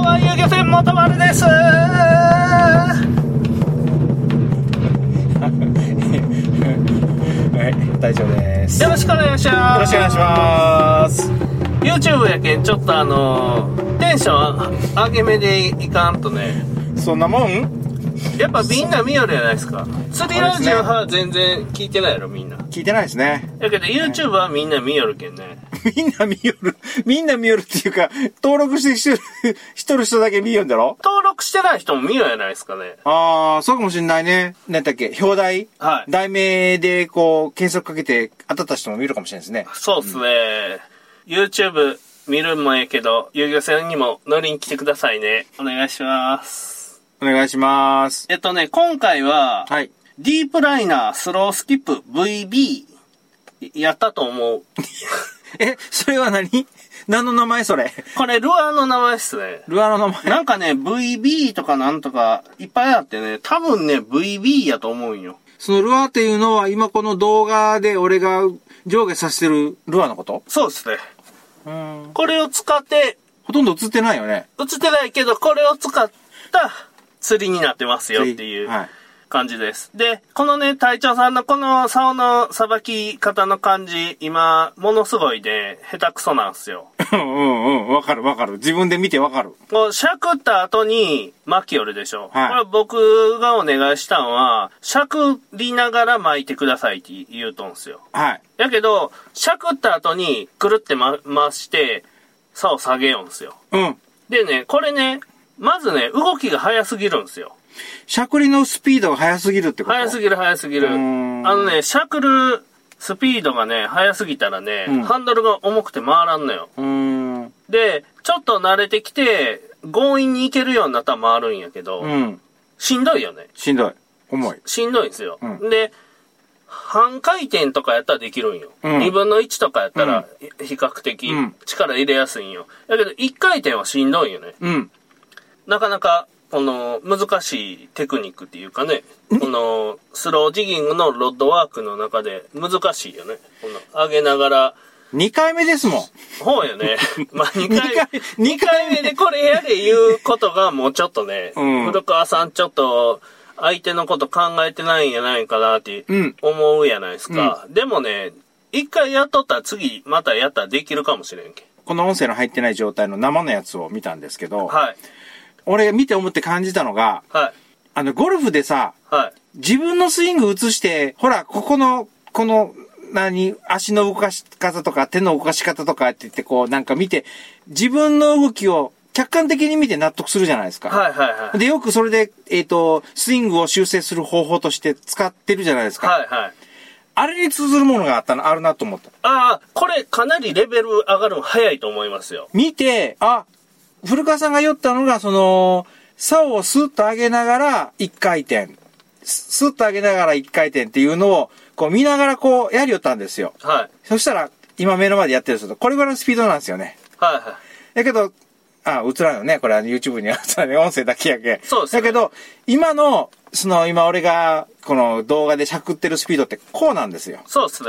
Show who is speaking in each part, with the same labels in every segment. Speaker 1: ん元丸です
Speaker 2: はい、大丈夫です。
Speaker 1: よ
Speaker 2: よ
Speaker 1: ろしくお願いしま
Speaker 2: ろし
Speaker 1: す
Speaker 2: くお願いします。
Speaker 1: YouTube やけんちょっとあのーテンション上げ目でいかんとね
Speaker 2: そんなもん
Speaker 1: やっぱみんな見よるじゃないですか釣りラジオは全然聞いてないやろみんな
Speaker 2: 聞いてないですね。
Speaker 1: だけど YouTube はみんな見よるけんね
Speaker 2: みんな見よる。みんな見よるっていうか、登録してしとる、 しとる人だけ見よんだろ
Speaker 1: 登録してない人も見ようやないですかね
Speaker 2: ああ、そうかもしんないね。なんだっけ、表題
Speaker 1: はい
Speaker 2: 題名で、こう、検索かけて当たった人も見るかもしれないですね。
Speaker 1: そうっすね、YouTube 見るんもええけど遊漁船にも乗りに来てくださいねお願いします
Speaker 2: お願いします。
Speaker 1: えっとね今回は、
Speaker 2: はい。
Speaker 1: ディープライナースロースキップ VB やったと思う
Speaker 2: え、それは何何の名前それ
Speaker 1: これルアーの名前っすね
Speaker 2: ルアーの名前
Speaker 1: なんかね VB とかなんとかいっぱいあってね多分ね VB やと思うんよ
Speaker 2: そのルアーっていうのは今この動画で俺が上下させてるルアーのこと
Speaker 1: そうっすね
Speaker 2: うん。
Speaker 1: これを使って
Speaker 2: ほとんど映ってないよね。
Speaker 1: 映ってないけどこれを使った釣りになってますよっていう
Speaker 2: はい。
Speaker 1: 感じです。で、このね、隊長さんのこの竿のさばき方の感じ、今、ものすごいで、下手くそなんですよ。
Speaker 2: うんうんうん、わかるわかる。自分で見てわかる。
Speaker 1: こう、しゃくった後に巻き寄るでしょ。
Speaker 2: はい
Speaker 1: これ僕がお願いしたんは、しゃくりながら巻いてくださいって言うとんすよ。
Speaker 2: はい。
Speaker 1: やけど、しゃくった後に、くるって、ま、回して、竿下げよんすよ。
Speaker 2: うん。
Speaker 1: でね、これね、まずね、動きが早すぎるんすよ。
Speaker 2: しゃくりのスピードが速すぎるってこと
Speaker 1: 早す
Speaker 2: ぎ
Speaker 1: ぎる早すぎる。あ
Speaker 2: うーん
Speaker 1: のね、シャクルスピードがね、速すぎたらね、
Speaker 2: うん
Speaker 1: ハンドルが重くて回らんのよ。
Speaker 2: うーん。
Speaker 1: で、ちょっと慣れてきて、強引に行けるようになったら回るんやけど、
Speaker 2: うん。
Speaker 1: しんどいよね。
Speaker 2: しんどい。重い。
Speaker 1: しんどいんですよ。
Speaker 2: う
Speaker 1: で、半回転とかやったらできるんよ。
Speaker 2: うん
Speaker 1: 2分の1とかやったら、比較的
Speaker 2: うん
Speaker 1: 力入れやすいんよ。だけど、1回転はしんどいよね。
Speaker 2: うん。
Speaker 1: なかなか、この、難しいテクニックっていうかね、この、スロージギングのロッドワークの中で難しいよね。この、上げながら、
Speaker 2: 2回目ですもん。
Speaker 1: ほうよ ね。まあ、2回
Speaker 2: 二回、
Speaker 1: 二回目でこれやで言うことがもうちょっとね、
Speaker 2: うん
Speaker 1: 古川さんちょっと、相手のこと考えてないんやないかなって
Speaker 2: うん
Speaker 1: 思うやないですか。でもね、一回やっとったら次またやったらできるかもしれんけん。
Speaker 2: この音声の入ってない状態の生のやつを見たんですけど、
Speaker 1: はい。
Speaker 2: 俺見て思って感じたのが、
Speaker 1: はい。
Speaker 2: あの、ゴルフでさ、
Speaker 1: はい。
Speaker 2: 自分のスイング映して、ほら、ここの、この、何、足の動かし方とか手の動かし方とかって言ってこうなんか見て、自分の動きを客観的に見て納得するじゃないですか。
Speaker 1: はいはいはい。
Speaker 2: で、よくそれで、えっ、と、スイングを修正する方法として使ってるじゃないですか。
Speaker 1: はいはい。
Speaker 2: あれに通ずるものがあったな、あるなと思った。
Speaker 1: ああ、これかなりレベル上がるの早いと思いますよ。
Speaker 2: 見て、あ、古川さんが酔ったのが、その、竿をスッと上げながら一回転。ススッと上げながら一回転っていうのを、こう見ながらこうやりよったんですよ。
Speaker 1: はい。
Speaker 2: そしたら、今目の前でやってる人と、これぐらいのスピードなんですよね。
Speaker 1: はいはい。
Speaker 2: だけど、あ、映らんよね。これは YouTube には 映らんね。音声だけやけん。
Speaker 1: そうですね
Speaker 2: だけど、今の、その、今俺が、この動画でしゃくってるスピードってこうなんですよ。
Speaker 1: そうっすね。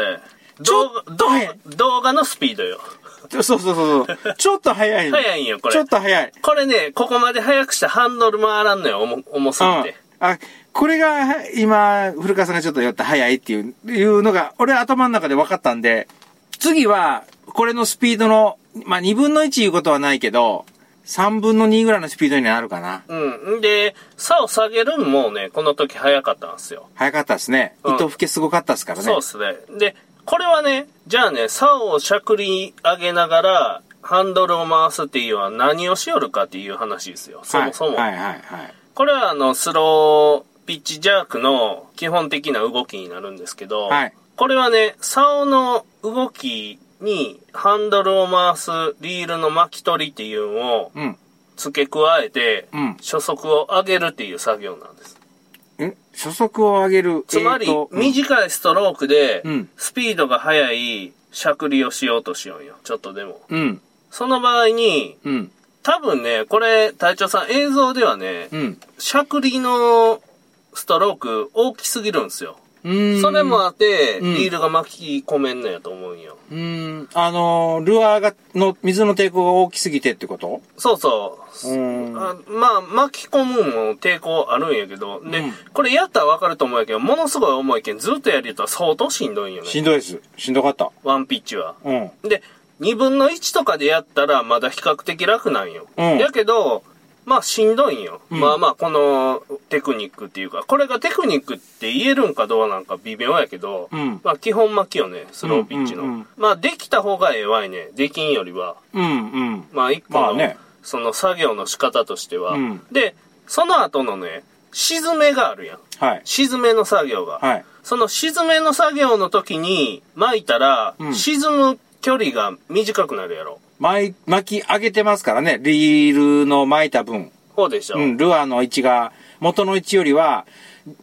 Speaker 2: ちょ
Speaker 1: 動
Speaker 2: っ
Speaker 1: 画、
Speaker 2: と早い
Speaker 1: 動動画のスピードよ。
Speaker 2: そうそうそうそう。 ちょっと早い。
Speaker 1: 早いんよこれ
Speaker 2: ちょっと早い。
Speaker 1: これね、ここまで早くしてハンドル回らんのよ、重重す
Speaker 2: う
Speaker 1: ぎ
Speaker 2: ん
Speaker 1: て。。
Speaker 2: あ、これが、今、古川さんがちょっと寄った早いっていう、いうのが、俺頭の中で分かったんで、次は、これのスピードの、まあ、2分の1いうことはないけど、3分の2ぐらいのスピードになるかな。
Speaker 1: うん。んで、差を下げるんもね、この時早かったんですよ。
Speaker 2: 早かったですね。
Speaker 1: うん
Speaker 2: 糸吹けすごかったですからね。
Speaker 1: そうっすね。で、これはね、じゃあね、差をしゃくり上げながら、ハンドルを回すっていうのは何をしよるかっていう話ですよ。そもそも。
Speaker 2: はい、はい、はいはい。
Speaker 1: これはあのスローピッチジャークの基本的な動きになるんですけど、
Speaker 2: はい
Speaker 1: これはね竿の動きにハンドルを回すリールの巻き取りっていうのを
Speaker 2: うん。
Speaker 1: 付け加えて、
Speaker 2: うん
Speaker 1: 初速を上げるっていう作業なんです
Speaker 2: ん初速を上げる。
Speaker 1: つまり
Speaker 2: えーとうん
Speaker 1: 短いストロークで
Speaker 2: うん
Speaker 1: スピードが速いしゃくりをしようとしようよちょっとでも
Speaker 2: うん。
Speaker 1: その場合に
Speaker 2: うん。
Speaker 1: 多分ねこれ隊長さん映像ではね、
Speaker 2: うん。
Speaker 1: しゃくりのストローク大きすぎるんですよ。
Speaker 2: ううん
Speaker 1: それもあって、
Speaker 2: うん
Speaker 1: リールが巻き込めんのやと思うんよ。
Speaker 2: うんあのルアーがの水の抵抗が大きすぎてってこと
Speaker 1: そうそうう。
Speaker 2: ん
Speaker 1: あまあ、巻き込むのも抵抗あるんやけど、で、
Speaker 2: うん
Speaker 1: これやったらわかると思うんやけど、ものすごい重いけん、ずっとやると相当しんどいんよ
Speaker 2: し
Speaker 1: ね。
Speaker 2: んどいですしんどかった
Speaker 1: ワンピッチは。
Speaker 2: うん
Speaker 1: で、2分の1とかでやったらまだ比較的楽なんよ。
Speaker 2: うん
Speaker 1: やけど、まあしんどいんよ。
Speaker 2: うん
Speaker 1: まあまあこのテクニックっていうか、これがテクニックって言えるんかどうなんか微妙やけど、
Speaker 2: うん
Speaker 1: まあ基本巻きよね、スローピッチの。
Speaker 2: うんうんうん
Speaker 1: まあできた方がええわいね、できんよりは。
Speaker 2: うんうん
Speaker 1: まあ一個の、
Speaker 2: まあね
Speaker 1: その作業の仕方としては。
Speaker 2: うん
Speaker 1: で、その後のね、沈めがあるやん。
Speaker 2: はい
Speaker 1: 沈めの作業が。
Speaker 2: はい
Speaker 1: その沈めの作業の時に巻いたら、
Speaker 2: うん
Speaker 1: 沈む距離が短くなるやろ。
Speaker 2: 巻い巻き上げてますからねリールの巻いた分
Speaker 1: そうでしょ。
Speaker 2: うん、ルアーの位置が、元の位置よりは、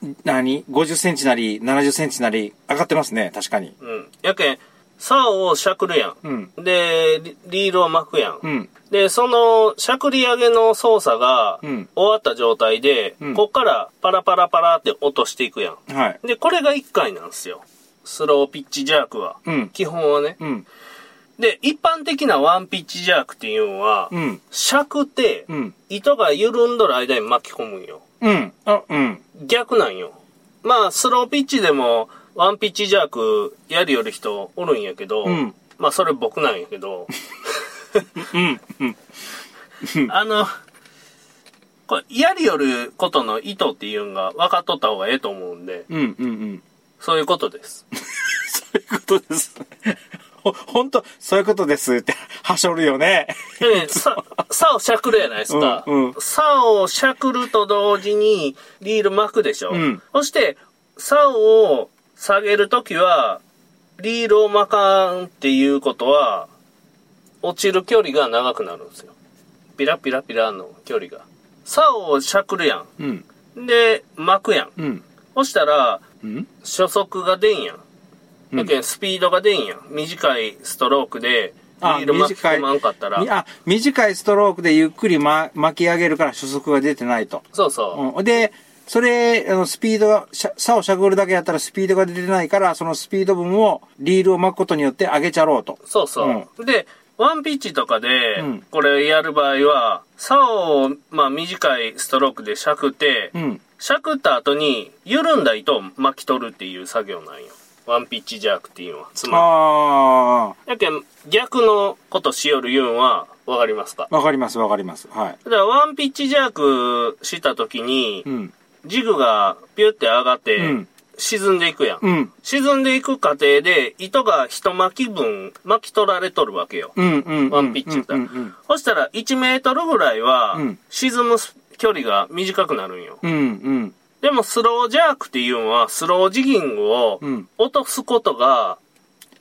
Speaker 2: ん何 ?50 センチなり、70センチなり、上がってますね、確かに。
Speaker 1: うんやけん、竿をしゃくるやん。
Speaker 2: うん。
Speaker 1: でリ、リールを巻くやん。
Speaker 2: うん。
Speaker 1: で、その、しゃくり上げの操作が
Speaker 2: うん
Speaker 1: 終わった状態で、
Speaker 2: うん
Speaker 1: こっからパラパラパラって落としていくやん。
Speaker 2: はい。
Speaker 1: で、これが1回なんですよ。スローピッチジャークは。
Speaker 2: うん。
Speaker 1: 基本はね。
Speaker 2: うん。
Speaker 1: で、一般的なワンピッチジャークっていうのは、
Speaker 2: うん。
Speaker 1: 尺って
Speaker 2: う、ん。
Speaker 1: 糸が緩んどる間に巻き込むんよ。
Speaker 2: うん。あ、うん。
Speaker 1: 逆なんよ。まあ、スローピッチでも、ワンピッチジャークやるよる人おるんやけど、
Speaker 2: うん
Speaker 1: まあ、それ僕なんやけど、
Speaker 2: うん。うん。
Speaker 1: あの、これ、やりよることの意図っていうんが分かっとった方がええと思うんで、
Speaker 2: うん。うん。うん。
Speaker 1: そういうことです。
Speaker 2: そういうことです。ほ、 ほんと、そういうことですって、はしょるよね。
Speaker 1: でね、さ、竿をしゃくるやないですか。
Speaker 2: うんうん
Speaker 1: 竿をしゃくると同時に、リール巻くでしょ。
Speaker 2: うん
Speaker 1: そして、竿を下げるときは、リールを巻かんっていうことは、落ちる距離が長くなるんですよ。ピラピラピラの距離が。竿をしゃくるや
Speaker 2: うん。
Speaker 1: ん。で、巻くやん。
Speaker 2: うん。
Speaker 1: そしたら、
Speaker 2: うん。
Speaker 1: 初速が出んやん。
Speaker 2: うん
Speaker 1: だけどスピードが出んやん。短いストロークで、リ
Speaker 2: あ
Speaker 1: ール巻き込まんかったら
Speaker 2: み。あ、短いストロークでゆっくり、ま、巻き上げるから初速が出てないと。
Speaker 1: そうそう。
Speaker 2: うん、で、それ、あの、スピードが、しゃ差をしゃぐるだけやったらスピードが出てないから、そのスピード分を、リールを巻くことによって上げちゃろうと。
Speaker 1: そうそう。で、ワンピッチとかで
Speaker 2: うん、
Speaker 1: これやる場合は、竿を、まあ、短いストロークでしゃくって、
Speaker 2: うん。
Speaker 1: しゃくった後に、緩んだ糸を巻き取るっていう作業なんよ。ワンピッチジャークっていうのは。つま
Speaker 2: あ
Speaker 1: り。だけど逆のことしよる言うんは、わかりますか
Speaker 2: あ、わかりますわかります。はい。
Speaker 1: だから、ワンピッチジャークした時に
Speaker 2: う、ん。
Speaker 1: ジグがピュって上がって、
Speaker 2: うん
Speaker 1: 沈んでいくやん。
Speaker 2: うん。
Speaker 1: 沈んでいく過程で、糸が一巻き分巻き取られとるわけよ。
Speaker 2: うんうんうん。
Speaker 1: ワンピッチだった
Speaker 2: う
Speaker 1: ら
Speaker 2: んうん
Speaker 1: そしたら1メートルぐらいは
Speaker 2: うん
Speaker 1: 沈む距離が短くなるんよ。
Speaker 2: うん。うん
Speaker 1: でもスロージャークっていうのはスロージギングを
Speaker 2: うん
Speaker 1: 落とすことが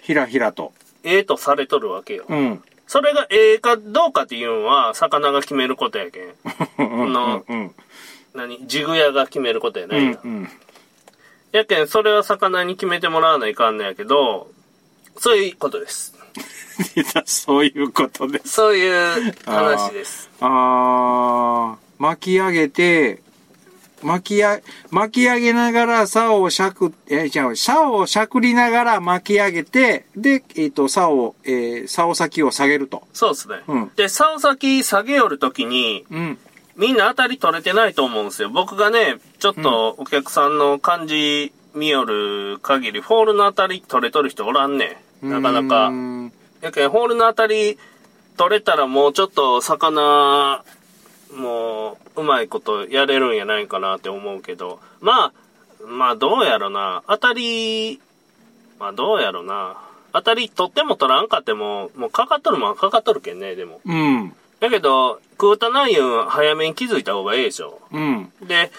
Speaker 2: ひらひらと。
Speaker 1: ええとされとるわけよ。
Speaker 2: うん。
Speaker 1: それがええかどうかっていうのは魚が決めることやけん。
Speaker 2: うん
Speaker 1: の
Speaker 2: うん。
Speaker 1: 何ジグヤが決めることや
Speaker 2: う
Speaker 1: ない
Speaker 2: ん
Speaker 1: や。
Speaker 2: うん。
Speaker 1: やけんそれは魚に決めてもらわないかんのやけど、そういうことです。
Speaker 2: そういうことです。
Speaker 1: そういう話です。
Speaker 2: あー巻き上げて、巻きあ、巻き上げながら、竿をしゃく、えー、違う、竿をしゃくりながら巻き上げて、で、えっ、と、竿を、えー、竿先を下げると。
Speaker 1: そうですね。
Speaker 2: うん
Speaker 1: で、竿先下げよるときに、
Speaker 2: うん。
Speaker 1: みんな当たり取れてないと思うんですよ。僕がね、ちょっとお客さんの感じ見よる限り、フォールの当たり取れとる人おらんね。なかな
Speaker 2: うー
Speaker 1: か。
Speaker 2: ん
Speaker 1: やけん、フォールの当たり取れたらもうちょっと魚、もう、うまいことやれるんやないかなって思うけど、まあ、まあどうやろな。当たり、まあどうやろな。当たり取っても取らんかっても、もうかかっとるもんはかかっとるけんね、でも。
Speaker 2: うん。
Speaker 1: だけど、クータナイン早めに気づいた方がええでしょ。
Speaker 2: うん。
Speaker 1: で、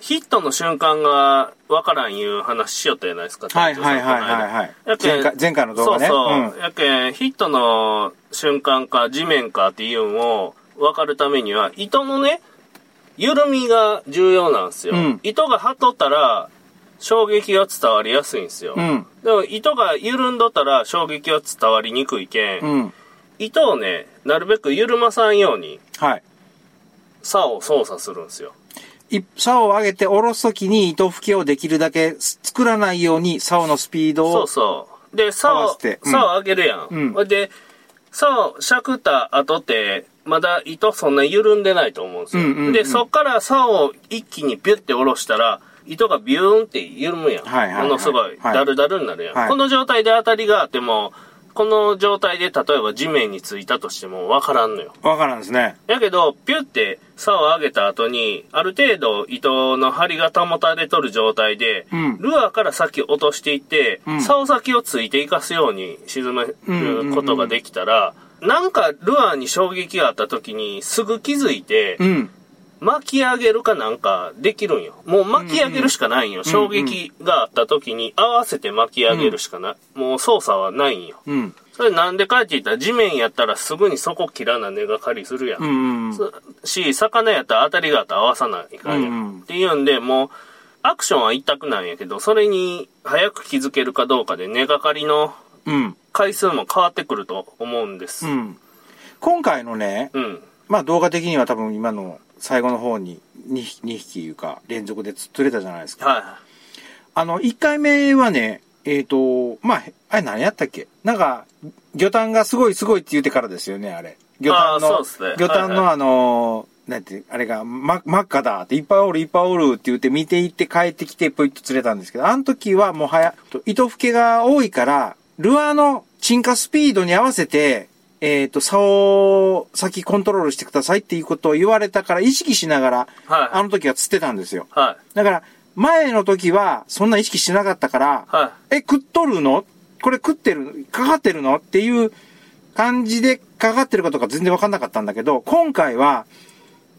Speaker 1: ヒットの瞬間がわからんいう話しよったじゃないですか。
Speaker 2: はいはいはいはいはい
Speaker 1: やけん
Speaker 2: 前回前回の動画ね
Speaker 1: そうそう。
Speaker 2: う
Speaker 1: やけん、ヒットの瞬間か地面かっていうのを分かるためには、糸のね、緩みが重要なんですよ。
Speaker 2: うん
Speaker 1: 糸が張っとったら、衝撃が伝わりやすいんですよ。
Speaker 2: うん。
Speaker 1: でも糸が緩んどったら衝撃は伝わりにくいけん、
Speaker 2: うん。
Speaker 1: 糸をね、なるべく緩まさんように、
Speaker 2: はい。
Speaker 1: 竿を操作するんですよ。
Speaker 2: い竿を上げて下ろすときに糸吹きをできるだけ作らないように竿のスピードを。
Speaker 1: そうそう。で、
Speaker 2: 合
Speaker 1: 竿
Speaker 2: わせてうん
Speaker 1: 竿上げるやん。
Speaker 2: うん
Speaker 1: ほいで、竿しゃくった後って、まだ糸そんな緩んでないと思うんですよ。
Speaker 2: うんうんうん
Speaker 1: で、そっから竿を一気にビュッて下ろしたら、糸がビューンって緩むやん。
Speaker 2: はいはいはい
Speaker 1: ものすごい、
Speaker 2: はい
Speaker 1: ダルダルになるやん。
Speaker 2: はい
Speaker 1: この状態で当たりがあっても、この状態で例えば地面についたとしてもわからんのよ。
Speaker 2: わからんですね。
Speaker 1: やけど、ピュって竿を上げた後に、ある程度糸の張りが保たれとる状態で、
Speaker 2: うん
Speaker 1: ルアーから先落としていって、
Speaker 2: うん
Speaker 1: 竿先をついていかすように沈めることができたら、なんかルアーに衝撃があった時にすぐ気づいて、
Speaker 2: うん。
Speaker 1: 巻き上げるかなんかできるんよ。もう巻き上げるしかないんよ。衝撃があった時に合わせて巻き上げるしかない。もう操作はないんよ。
Speaker 2: うん。
Speaker 1: それなんでかって言ったら地面やったらすぐにそこ切らな根がかりするやん
Speaker 2: うん。うん。
Speaker 1: そし魚やったら当たりがあったら合わさないかんや、
Speaker 2: うんうん
Speaker 1: っていうんでもうアクションは一択なんやけどそれに早く気づけるかどうかで根がかりの
Speaker 2: うん。
Speaker 1: 回数も変わってくると思うんです
Speaker 2: うん。今回のね、
Speaker 1: うん
Speaker 2: まあ動画的には多分今の最後の方に 2, 匹2匹いうか連続で釣れたじゃないですか。
Speaker 1: は
Speaker 2: あの、1回目はね、えっ、と、まあ、あれ何やったっけなんか、魚探がすごいすごいって言ってからですよね、あれ。魚探
Speaker 1: あ
Speaker 2: の、
Speaker 1: ーそうっすね
Speaker 2: 魚探
Speaker 1: はい
Speaker 2: のあの、なんて、あれが、ま、真っ赤だって、いっぱいおる、いっぱいおるって言って見ていって帰ってきて、ぷいっと釣れたんですけど、あの時はもう早、糸付けが多いから、ルアーの沈下スピードに合わせて、えっ、と、竿を先コントロールしてくださいっていうことを言われたから、意識しながら、
Speaker 1: はい
Speaker 2: あの時は釣ってたんですよ。
Speaker 1: いはい
Speaker 2: だから、前の時はそんな意識しなかったから、
Speaker 1: は
Speaker 2: え、食っとるのこれ食ってるかかってるのっていう感じでかかってることが全然わかんなかったんだけど、今回は、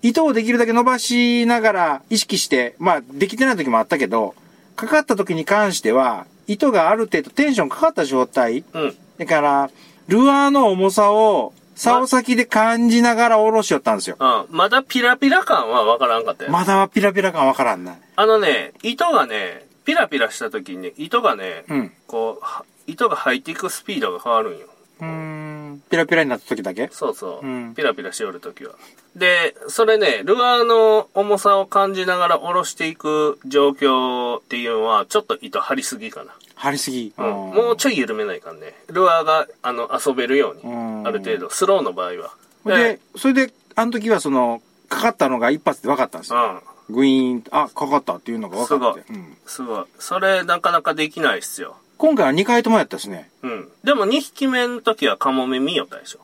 Speaker 2: 糸をできるだけ伸ばしながら意識して、まあ、できてない時もあったけど、かかった時に関しては、糸がある程度テンションかかった状態。
Speaker 1: いうん
Speaker 2: だから、ルアーの重さを、竿先で感じながら下ろしよったんですよ。
Speaker 1: あまだピラピラ感はわからんかったよ、
Speaker 2: まだはピラピラ感わからんない。
Speaker 1: あのね糸がねピラピラした時にね糸がね、
Speaker 2: うん
Speaker 1: こうは糸が入っていくスピードが変わるんよ
Speaker 2: うーん。ピラピラになった時だけ
Speaker 1: そうそう、
Speaker 2: うん
Speaker 1: ピラピラしおるときはでそれねルアーの重さを感じながら下ろしていく状況っていうのはちょっと糸張りすぎかな、
Speaker 2: 張りすぎ。
Speaker 1: うんもうちょい緩めないかんねルアーがあの遊べるように
Speaker 2: うん
Speaker 1: ある程度スローの場合は
Speaker 2: で、それで、あの時はその、かかったのが一発で分かったんです
Speaker 1: う
Speaker 2: よ。
Speaker 1: ん
Speaker 2: グイーンと、あ、かかったっていうのが分かって。
Speaker 1: すごい
Speaker 2: うん
Speaker 1: すごいそれなかなかできないっすよ
Speaker 2: 今回は2回ともやったですね。
Speaker 1: うんでも2匹目の時はカモメ見よったで しょ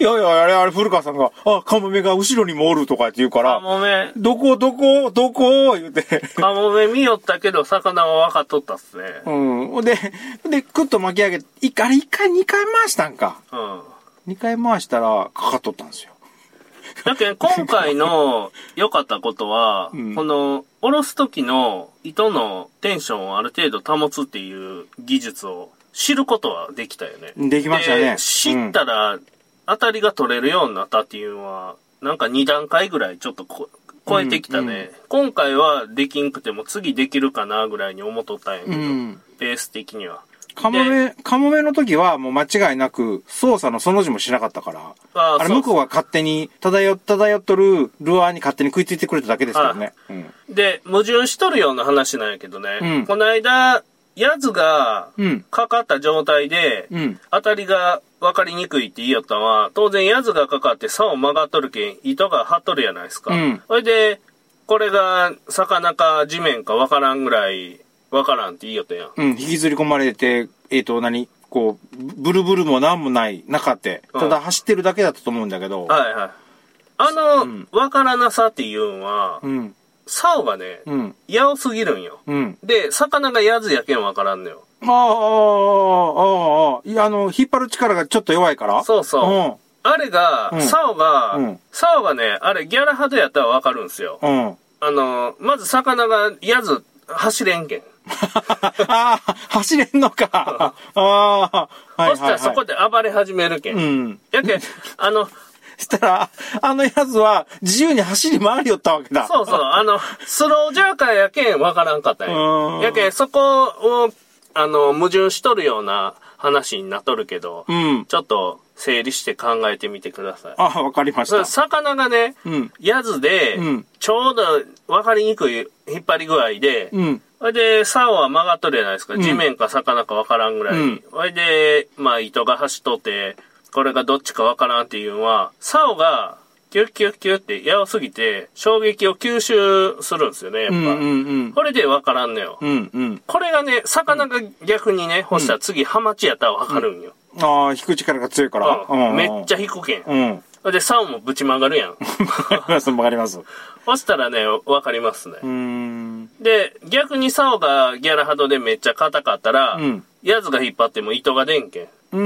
Speaker 2: いやいや、あれ、あれ、古川さんが、あ、カモメが後ろにもおるとかって言うか
Speaker 1: カ
Speaker 2: ら、
Speaker 1: モメ
Speaker 2: どこ、どこ、どこ、言うて。
Speaker 1: カモメ見よったけど魚は分かっとったっすね
Speaker 2: うん。ほんで、で、クッと巻き上げて、一回あれ1回、2回回したんか。
Speaker 1: うん
Speaker 2: 2回回したら、かかっとったんですよ。
Speaker 1: だけど今回の良かったことは、
Speaker 2: ん
Speaker 1: この下ろす時の糸のテンションをある程度保つっていう技術を知ることはできたよね。
Speaker 2: できましたね
Speaker 1: で知ったら当たりが取れるようになったっていうのは、なんか2段階ぐらいちょっとこ超えてきたね、今回はできんくても次できるかなぐらいに思っとったんやけど、
Speaker 2: うん
Speaker 1: ベース的には。
Speaker 2: カモメ、カモメの時はもう間違いなく操作のその字もしなかったから、
Speaker 1: あ
Speaker 2: あ
Speaker 1: ー
Speaker 2: れ
Speaker 1: そう
Speaker 2: 向こうが勝手に漂っ、漂っとるルアーに勝手に食いついてくれただけですからね。うん。
Speaker 1: で、矛盾しとるような話なんやけどね、
Speaker 2: うん
Speaker 1: この間、ヤズが
Speaker 2: うん。
Speaker 1: かかった状態で、
Speaker 2: うん。
Speaker 1: 当たりが分かりにくいって言いよったのは、当然、ヤズがかかって竿曲がっとるけん、糸が張っとるやないですか。
Speaker 2: うん
Speaker 1: それで、これが魚か地面か分からんぐらい分からんって言いよったやん。
Speaker 2: うん。引きずり込まれて、えっ、と、何こう、ブルブルもなんもない中で、
Speaker 1: うん
Speaker 2: ただ走ってるだけだったと思うんだけど、
Speaker 1: はいはい。あの、分からなさっていうのは
Speaker 2: う、ん。
Speaker 1: 竿がね、
Speaker 2: うん。
Speaker 1: やおすぎるんよ。
Speaker 2: うん。
Speaker 1: で、魚がヤズやけん分からんのよ。
Speaker 2: ああ、ああ、ああ、ああいや、あの、引っ張る力がちょっと弱いから。。
Speaker 1: そうそうあれが
Speaker 2: う、ん
Speaker 1: 竿が
Speaker 2: うん、
Speaker 1: 竿がね、あれギャラハドやったら分かるんですよ。
Speaker 2: うん。 うん。
Speaker 1: あの、まず魚がヤズ走れんけん。
Speaker 2: ああ、走れんのか。ああ、はいはい、は
Speaker 1: そ
Speaker 2: い。
Speaker 1: したらそこで暴れ始めるけん。
Speaker 2: うん。
Speaker 1: やけん、あの、
Speaker 2: したら、あのやつは自由に走り回りよったわけだ。
Speaker 1: そう そう、あの、スロージャーカーやけんわからんかったん
Speaker 2: うーん
Speaker 1: や。やけん、そこを、あの、矛盾しとるような話になっとるけど、
Speaker 2: うん。
Speaker 1: ちょっと整理して考えてみてください。
Speaker 2: あ、わかりまし
Speaker 1: だから
Speaker 2: た。
Speaker 1: 魚がね、
Speaker 2: うん。
Speaker 1: やずで、
Speaker 2: うん
Speaker 1: ちょうど分かりにくい引っ張り具合で、
Speaker 2: うん。
Speaker 1: それで、竿は曲がっとるじゃないですか。
Speaker 2: うん
Speaker 1: 地面か魚か分からんぐらい。
Speaker 2: うん
Speaker 1: それで、まあ、糸が走っとって、これがどっちか分からんっていうのは、竿が、キュッキュッキュッって、やおすぎて、衝撃を吸収するんですよね、やっ
Speaker 2: う
Speaker 1: ぱ。
Speaker 2: ん。うん。
Speaker 1: これで分からんのよ。
Speaker 2: うん。うん。
Speaker 1: これがね、魚が逆にね、干したら次、ハマチやったら分かるんよ。
Speaker 2: ああ、引く力が強いから。
Speaker 1: うんめっち
Speaker 2: ゃ。
Speaker 1: ゃ引くけん。
Speaker 2: うん。
Speaker 1: それで、竿もぶち曲がるやん。
Speaker 2: わかります、わかります。う
Speaker 1: 干したらね、分かりますね。
Speaker 2: ーん。
Speaker 1: で、逆に竿がギャラハドでめっちゃ硬かったら、
Speaker 2: うん
Speaker 1: やつが引っ張っても糸が出んけん。
Speaker 2: うー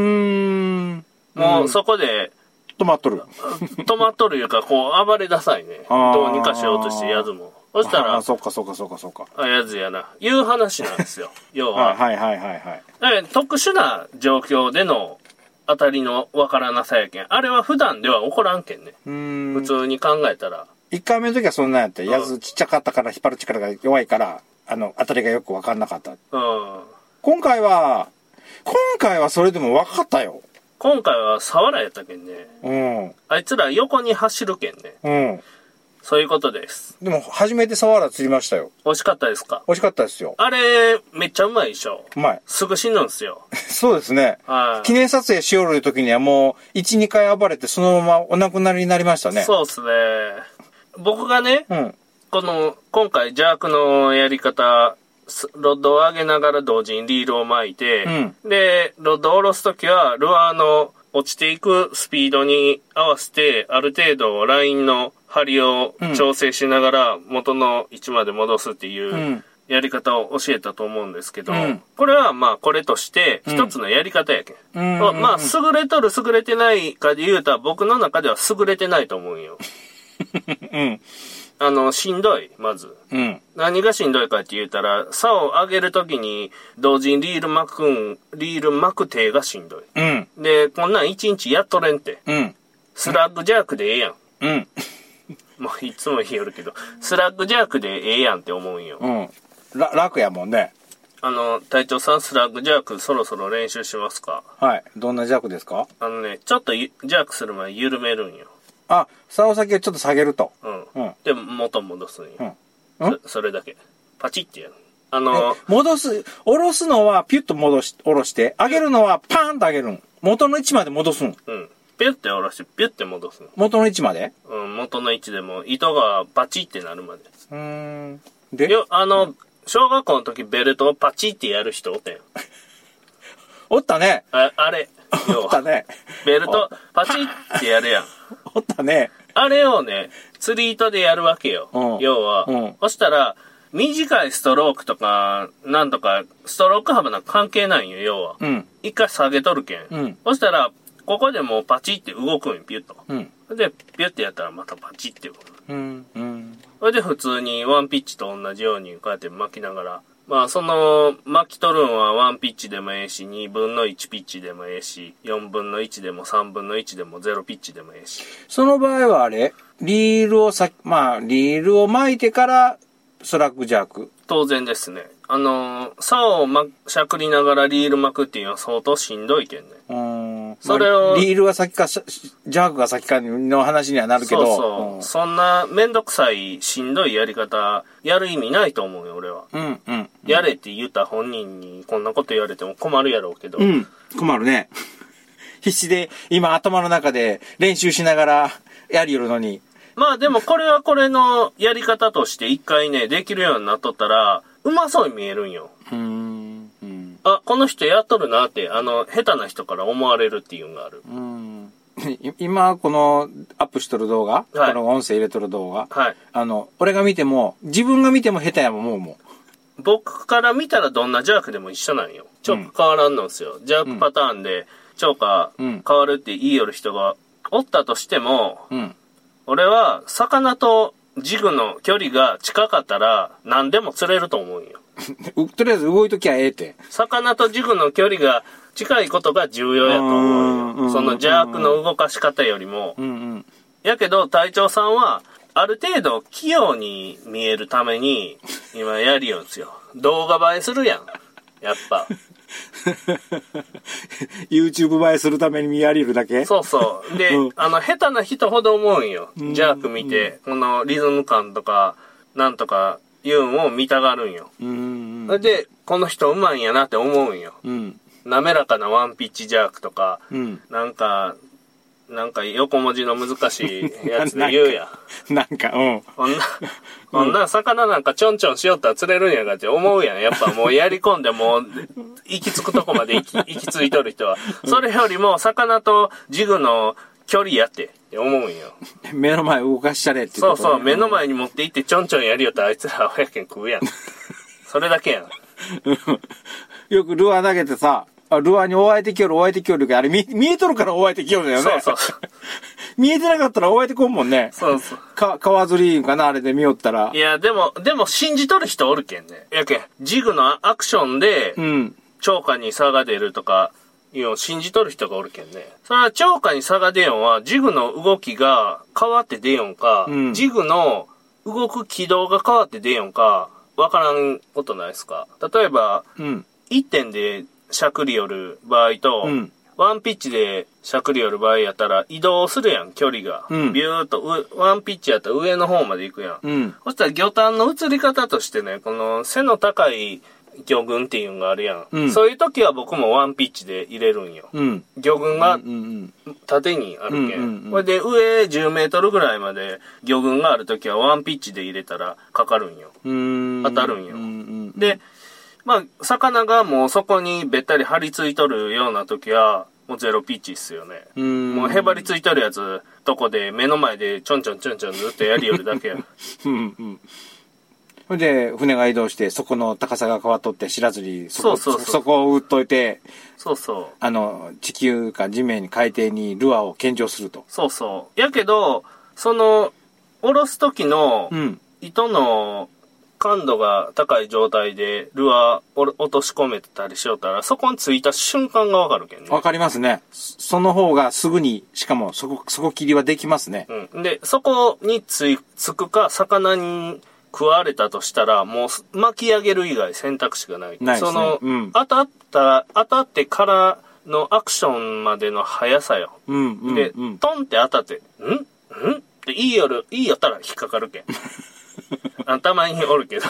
Speaker 2: ん。
Speaker 1: もううんそこで
Speaker 2: 止まっとる。
Speaker 1: 止まっとるいうか、こ う暴れなさいね。
Speaker 2: あー
Speaker 1: どうにかしようとしてやつも。そした
Speaker 2: あ
Speaker 1: ら
Speaker 2: あ、、そっかそっかそっかそっか。
Speaker 1: あやつやな、いう話なんです よ。要
Speaker 2: あ
Speaker 1: は。
Speaker 2: はいはいはいはい。
Speaker 1: だから特殊な状況での当たりのわからなさやけん。あれは普段では起こらんけんね。
Speaker 2: うー
Speaker 1: 普
Speaker 2: ん。
Speaker 1: 通に考えたら。
Speaker 2: 一回目の時はそんなんやって、
Speaker 1: ん
Speaker 2: やつちっちゃかったから引っ張る力が弱いから、あの、当たりがよくわかんなかった。
Speaker 1: うん。
Speaker 2: 今回は、今回はそれでもわかったよ。
Speaker 1: 今回はサワラやったけんね。
Speaker 2: うん。うん。
Speaker 1: あいつら横に走るけんね。
Speaker 2: で
Speaker 1: そういうことです。
Speaker 2: も、初めてサワラ釣りましたよ。
Speaker 1: 美味しかったですか
Speaker 2: 美味しかったですよ。
Speaker 1: あれ、めっちゃうまいでしょ。
Speaker 2: うまい。
Speaker 1: すぐ死ぬんすよ。
Speaker 2: そうですね。
Speaker 1: はい。
Speaker 2: 記念撮影しおる時にはもう、1、2回暴れてそのままお亡くなりになりましたね。
Speaker 1: そうっすね。僕がね、
Speaker 2: う。ん。
Speaker 1: この、今回、邪悪のやり方、すロッドを上げながら同時にリールを巻いて、で、ロッドを下ろすときは、ルアーの落ちていくスピードに合わせて、ある程度ラインの張りを調整しながら、元の位置まで戻すっていう、
Speaker 2: うん。
Speaker 1: やり方を教えたと思うんですけど、
Speaker 2: うん
Speaker 1: これはまあこれとして
Speaker 2: うん
Speaker 1: 一つのやり方やけん。
Speaker 2: うん
Speaker 1: まあまあ優れとる優れてないかで言うたら僕の中では優れてないと思うん よ。
Speaker 2: うん。
Speaker 1: あの、しんどい、まず。
Speaker 2: うん。
Speaker 1: 何がしんどいかって言うたら、竿を上げるときに同時にリール巻くん、リール巻く手がしんどい。
Speaker 2: うん。
Speaker 1: で、こんなん一日やっとれんって。
Speaker 2: うん。
Speaker 1: スラッグジャークでええやん。
Speaker 2: うん。
Speaker 1: もういつも言いよるけど、スラッグジャークでええやんって思うんよ。
Speaker 2: うん。ら、楽やもんね。
Speaker 1: あの、隊長さんスラッグジャークそろそろ練習しますか
Speaker 2: はい。どんな弱ですか
Speaker 1: あのね、ちょっとゆジャークする前に緩めるんよ。
Speaker 2: あ、竿先をちょっと下げると。
Speaker 1: うん。
Speaker 2: うん。
Speaker 1: で、元戻すんよ。
Speaker 2: うん
Speaker 1: そそれだけ。パチってやる。あの、
Speaker 2: 戻す、下ろすのはピュッと戻し、下ろして、上げるのはパーンと上げるん。元の位置まで戻すん。
Speaker 1: うん。ピュッて下ろして、ピュッて戻すの。
Speaker 2: 元の位置まで
Speaker 1: うん、元の位置でも、糸がパチってなるまで。
Speaker 2: うーん。で、
Speaker 1: よ、あの、小学校の時ベルトをパチってやる人おったよ。
Speaker 2: おったね。
Speaker 1: ああ れ、
Speaker 2: お
Speaker 1: よ
Speaker 2: った、ね。
Speaker 1: ベルトパチってやるやん。
Speaker 2: おったね。
Speaker 1: あれをね、釣り糸でやるわけよ。
Speaker 2: うん
Speaker 1: 要は、
Speaker 2: うん
Speaker 1: そしたら、短いストロークとか、なんとか、ストローク幅なんか関係ないんよ、要は。
Speaker 2: うん。
Speaker 1: 一回下げとるけん。
Speaker 2: うん
Speaker 1: そしたら、ここでもうパチって動くんよ、ピュッと。
Speaker 2: うん。
Speaker 1: で、ピュッてやったらまたパチって動く。
Speaker 2: うん。うん。
Speaker 1: それで普通にワンピッチと同じようにこうやって巻きながら。まあその巻き取るんはワンピッチでもええし、2分の1ピッチでもええし、4分の1でも3分の1でも0ピッチでもええし。
Speaker 2: その場合はあれリールをさ、まあ、リールを巻いてから、ストラックジャーク。
Speaker 1: 当然ですね。あのー、竿をま、しゃくりながらリール巻くっていうのは相当しんどいけんね。
Speaker 2: うーん。
Speaker 1: それを
Speaker 2: まあリールが先か、しジャークが先かの話にはなるけど。
Speaker 1: そうそう。そんなめんどくさいしんどいやり方、やる意味ないと思うよ、俺は。
Speaker 2: うん。うん。うん。
Speaker 1: やれって言った本人にこんなこと言われても困るやろうけど。
Speaker 2: うん。困るね。 必死で、今頭の中で練習しながらやりよるのに。
Speaker 1: まあでもこれはこれのやり方として一回ね、できるようになっとったら、うまそうに見えるんよ。
Speaker 2: うーん。うん。
Speaker 1: あ、この人やっとるなって、あの、下手な人から思われるっていうのがある。
Speaker 2: うん。い今、このアップしとる動画、
Speaker 1: はい
Speaker 2: この音声入れとる動画、
Speaker 1: はい。
Speaker 2: あの、俺が見ても、自分が見ても下手やもん、もうも
Speaker 1: 僕から見たらどんなジャークでも一緒なんよ。チョーク変わらんのんすよ。ジャークパターンで、チョーカ
Speaker 2: うん
Speaker 1: ー変わるって言いよる人がおったとしても、
Speaker 2: う。うん。
Speaker 1: 俺は魚とジグの距離が近かったら何でも釣れると思うんよ。
Speaker 2: うとりあえず動いときゃええって。
Speaker 1: 魚とジグの距離が近いことが重要やと思う
Speaker 2: うん
Speaker 1: よ。その邪悪の動かし方よりも。
Speaker 2: うんうん。
Speaker 1: やけど隊長さんは、ある程度器用に見えるために、今やるよんですよ。動画映えするやん。やっぱ。
Speaker 2: YouTube 映えするために見やりるだけ
Speaker 1: そうそう。で、
Speaker 2: うん
Speaker 1: あの、下手な人ほど思うんよ。ジ
Speaker 2: ん
Speaker 1: ャーク見て、このリズム感とか、なんとか、いうんを見たがるんよ。
Speaker 2: う。うんうん。
Speaker 1: で、この人うまいんやなって思うんよ。
Speaker 2: うん。
Speaker 1: 滑らかなワンピッチジャークとか、
Speaker 2: うん。
Speaker 1: なんか、なんか横文字の難しいやつで言うやん。
Speaker 2: なんか、うん。
Speaker 1: こんな、こんな魚なんかちょんちょんしよったら釣れるんやがって思うやん。やっぱもうやり込んでもう、行き着くとこまで行き、行き着いとる人は。それよりも、魚とジグの距離やって、って思うんよ。
Speaker 2: 目の前動かしたれってい
Speaker 1: そう
Speaker 2: ことね
Speaker 1: うそう、目の前に持って行ってちょんちょんやりよったらあいつら青やけん食うやん。それだけやん。
Speaker 2: うん よくルアー投げてさ、あルアーに追われてきよる、追われてきよるけど、あれ見見えとるから追われてきよるんだよね。
Speaker 1: そうそうそう。
Speaker 2: 見えてなかったら追われてこんもんね。
Speaker 1: そうそう。
Speaker 2: か、川釣りいうんかな、あれで見よったら
Speaker 1: い。や、でも、でも信じとる人おるけんね。やけん、ジグのアクションで、
Speaker 2: うん。
Speaker 1: 超過に差が出るとか、いうのを信じとる人がおるけんね。それは超過に差が出よんは、ジグの動きが変わって出よんか、
Speaker 2: うん
Speaker 1: ジグの動く軌道が変わって出よんか、わからんことないですか。例えば、
Speaker 2: うん。
Speaker 1: 1点でしゃくり寄る場合と、
Speaker 2: うん
Speaker 1: ワンピッチでしゃくり寄る場合やったら移動するやん、距離が。
Speaker 2: うん
Speaker 1: ビューっとう、ワンピッチやったら上の方まで行くやん。
Speaker 2: うん。
Speaker 1: そしたら魚探の移り方としてね、この背の高い魚群っていうのがあるやん。
Speaker 2: うん
Speaker 1: そういう時は僕もワンピッチで入れるんよ。
Speaker 2: うん。
Speaker 1: 魚群が
Speaker 2: うんうん。
Speaker 1: 縦にあるけん。
Speaker 2: うんうんうん
Speaker 1: これで上10メートルぐらいまで魚群がある時はワンピッチで入れたらかかるんよ。
Speaker 2: うーん。
Speaker 1: 当たるんよ
Speaker 2: うんうん。
Speaker 1: で、まあ、魚がもうそこにべったり張り付いとるような時は、もうゼロピッチっすよね。
Speaker 2: うーん。
Speaker 1: もうへばりついとるやつ、とこで目の前でちょんちょんちょんちょんずっとやりよるだ けや。
Speaker 2: うんうん。ほんで、船が移動して、そこの高さが変わっとって知らずに、そこ
Speaker 1: そうそうそう
Speaker 2: そこを打っといて、
Speaker 1: そうそう。
Speaker 2: あの、地球か地面に海底にルアーを献上すると。
Speaker 1: そうそう。やけど、その、下ろす時の
Speaker 2: うん。
Speaker 1: 糸の感度が高い状態でルアーおろ落とし込めてたりしよったら、そこに着いた瞬間がわかるけんね。
Speaker 2: わかりますね。そその方がすぐに、しかもそこ、そこ切りはできますね。
Speaker 1: うん。で、そこについ、つくか、魚に食われたとしたら、もうす巻き上げる以外選択肢がない。
Speaker 2: ないです
Speaker 1: そ
Speaker 2: ね
Speaker 1: の、
Speaker 2: うん
Speaker 1: 当たった、当たってからのアクションまでの速さよ。
Speaker 2: うん、うん。
Speaker 1: で、
Speaker 2: うん。
Speaker 1: トンって当たって、んんっていいよる、いいよったら引っかかる けん。あたまにおるけど。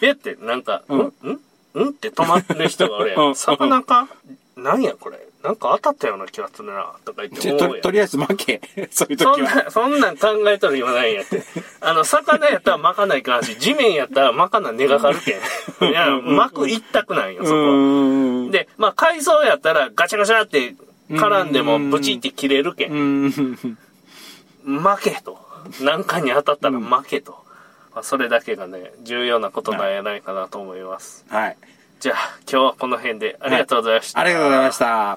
Speaker 1: でって、なんか、ん
Speaker 2: ん
Speaker 1: んんって止まってる人がおるや
Speaker 2: うん
Speaker 1: ん。魚かなんやこれ。なんか当たったような気がするな、とか言って
Speaker 2: で
Speaker 1: 思う
Speaker 2: と
Speaker 1: やん
Speaker 2: と。りあえず負け。 そういう時
Speaker 1: そん
Speaker 2: は。
Speaker 1: な、そんなん考えとる言わないんやって。あの、魚やったら巻かないかんし、地面やったら巻かな根がかるけん。いや、巻く一択なんよ、
Speaker 2: う
Speaker 1: そこ。
Speaker 2: ーん。
Speaker 1: で、まあ、海藻やったらガチャガチャって絡んでも
Speaker 2: うん
Speaker 1: ブチって切れるけ。
Speaker 2: うんん。
Speaker 1: 負けと。なんかに当たったら負けと。まあ、それだけがね、重要なことなんやないかなと思います。
Speaker 2: はい。
Speaker 1: じゃあ、今日はこの辺でありがとうございました。
Speaker 2: ありがとうございました。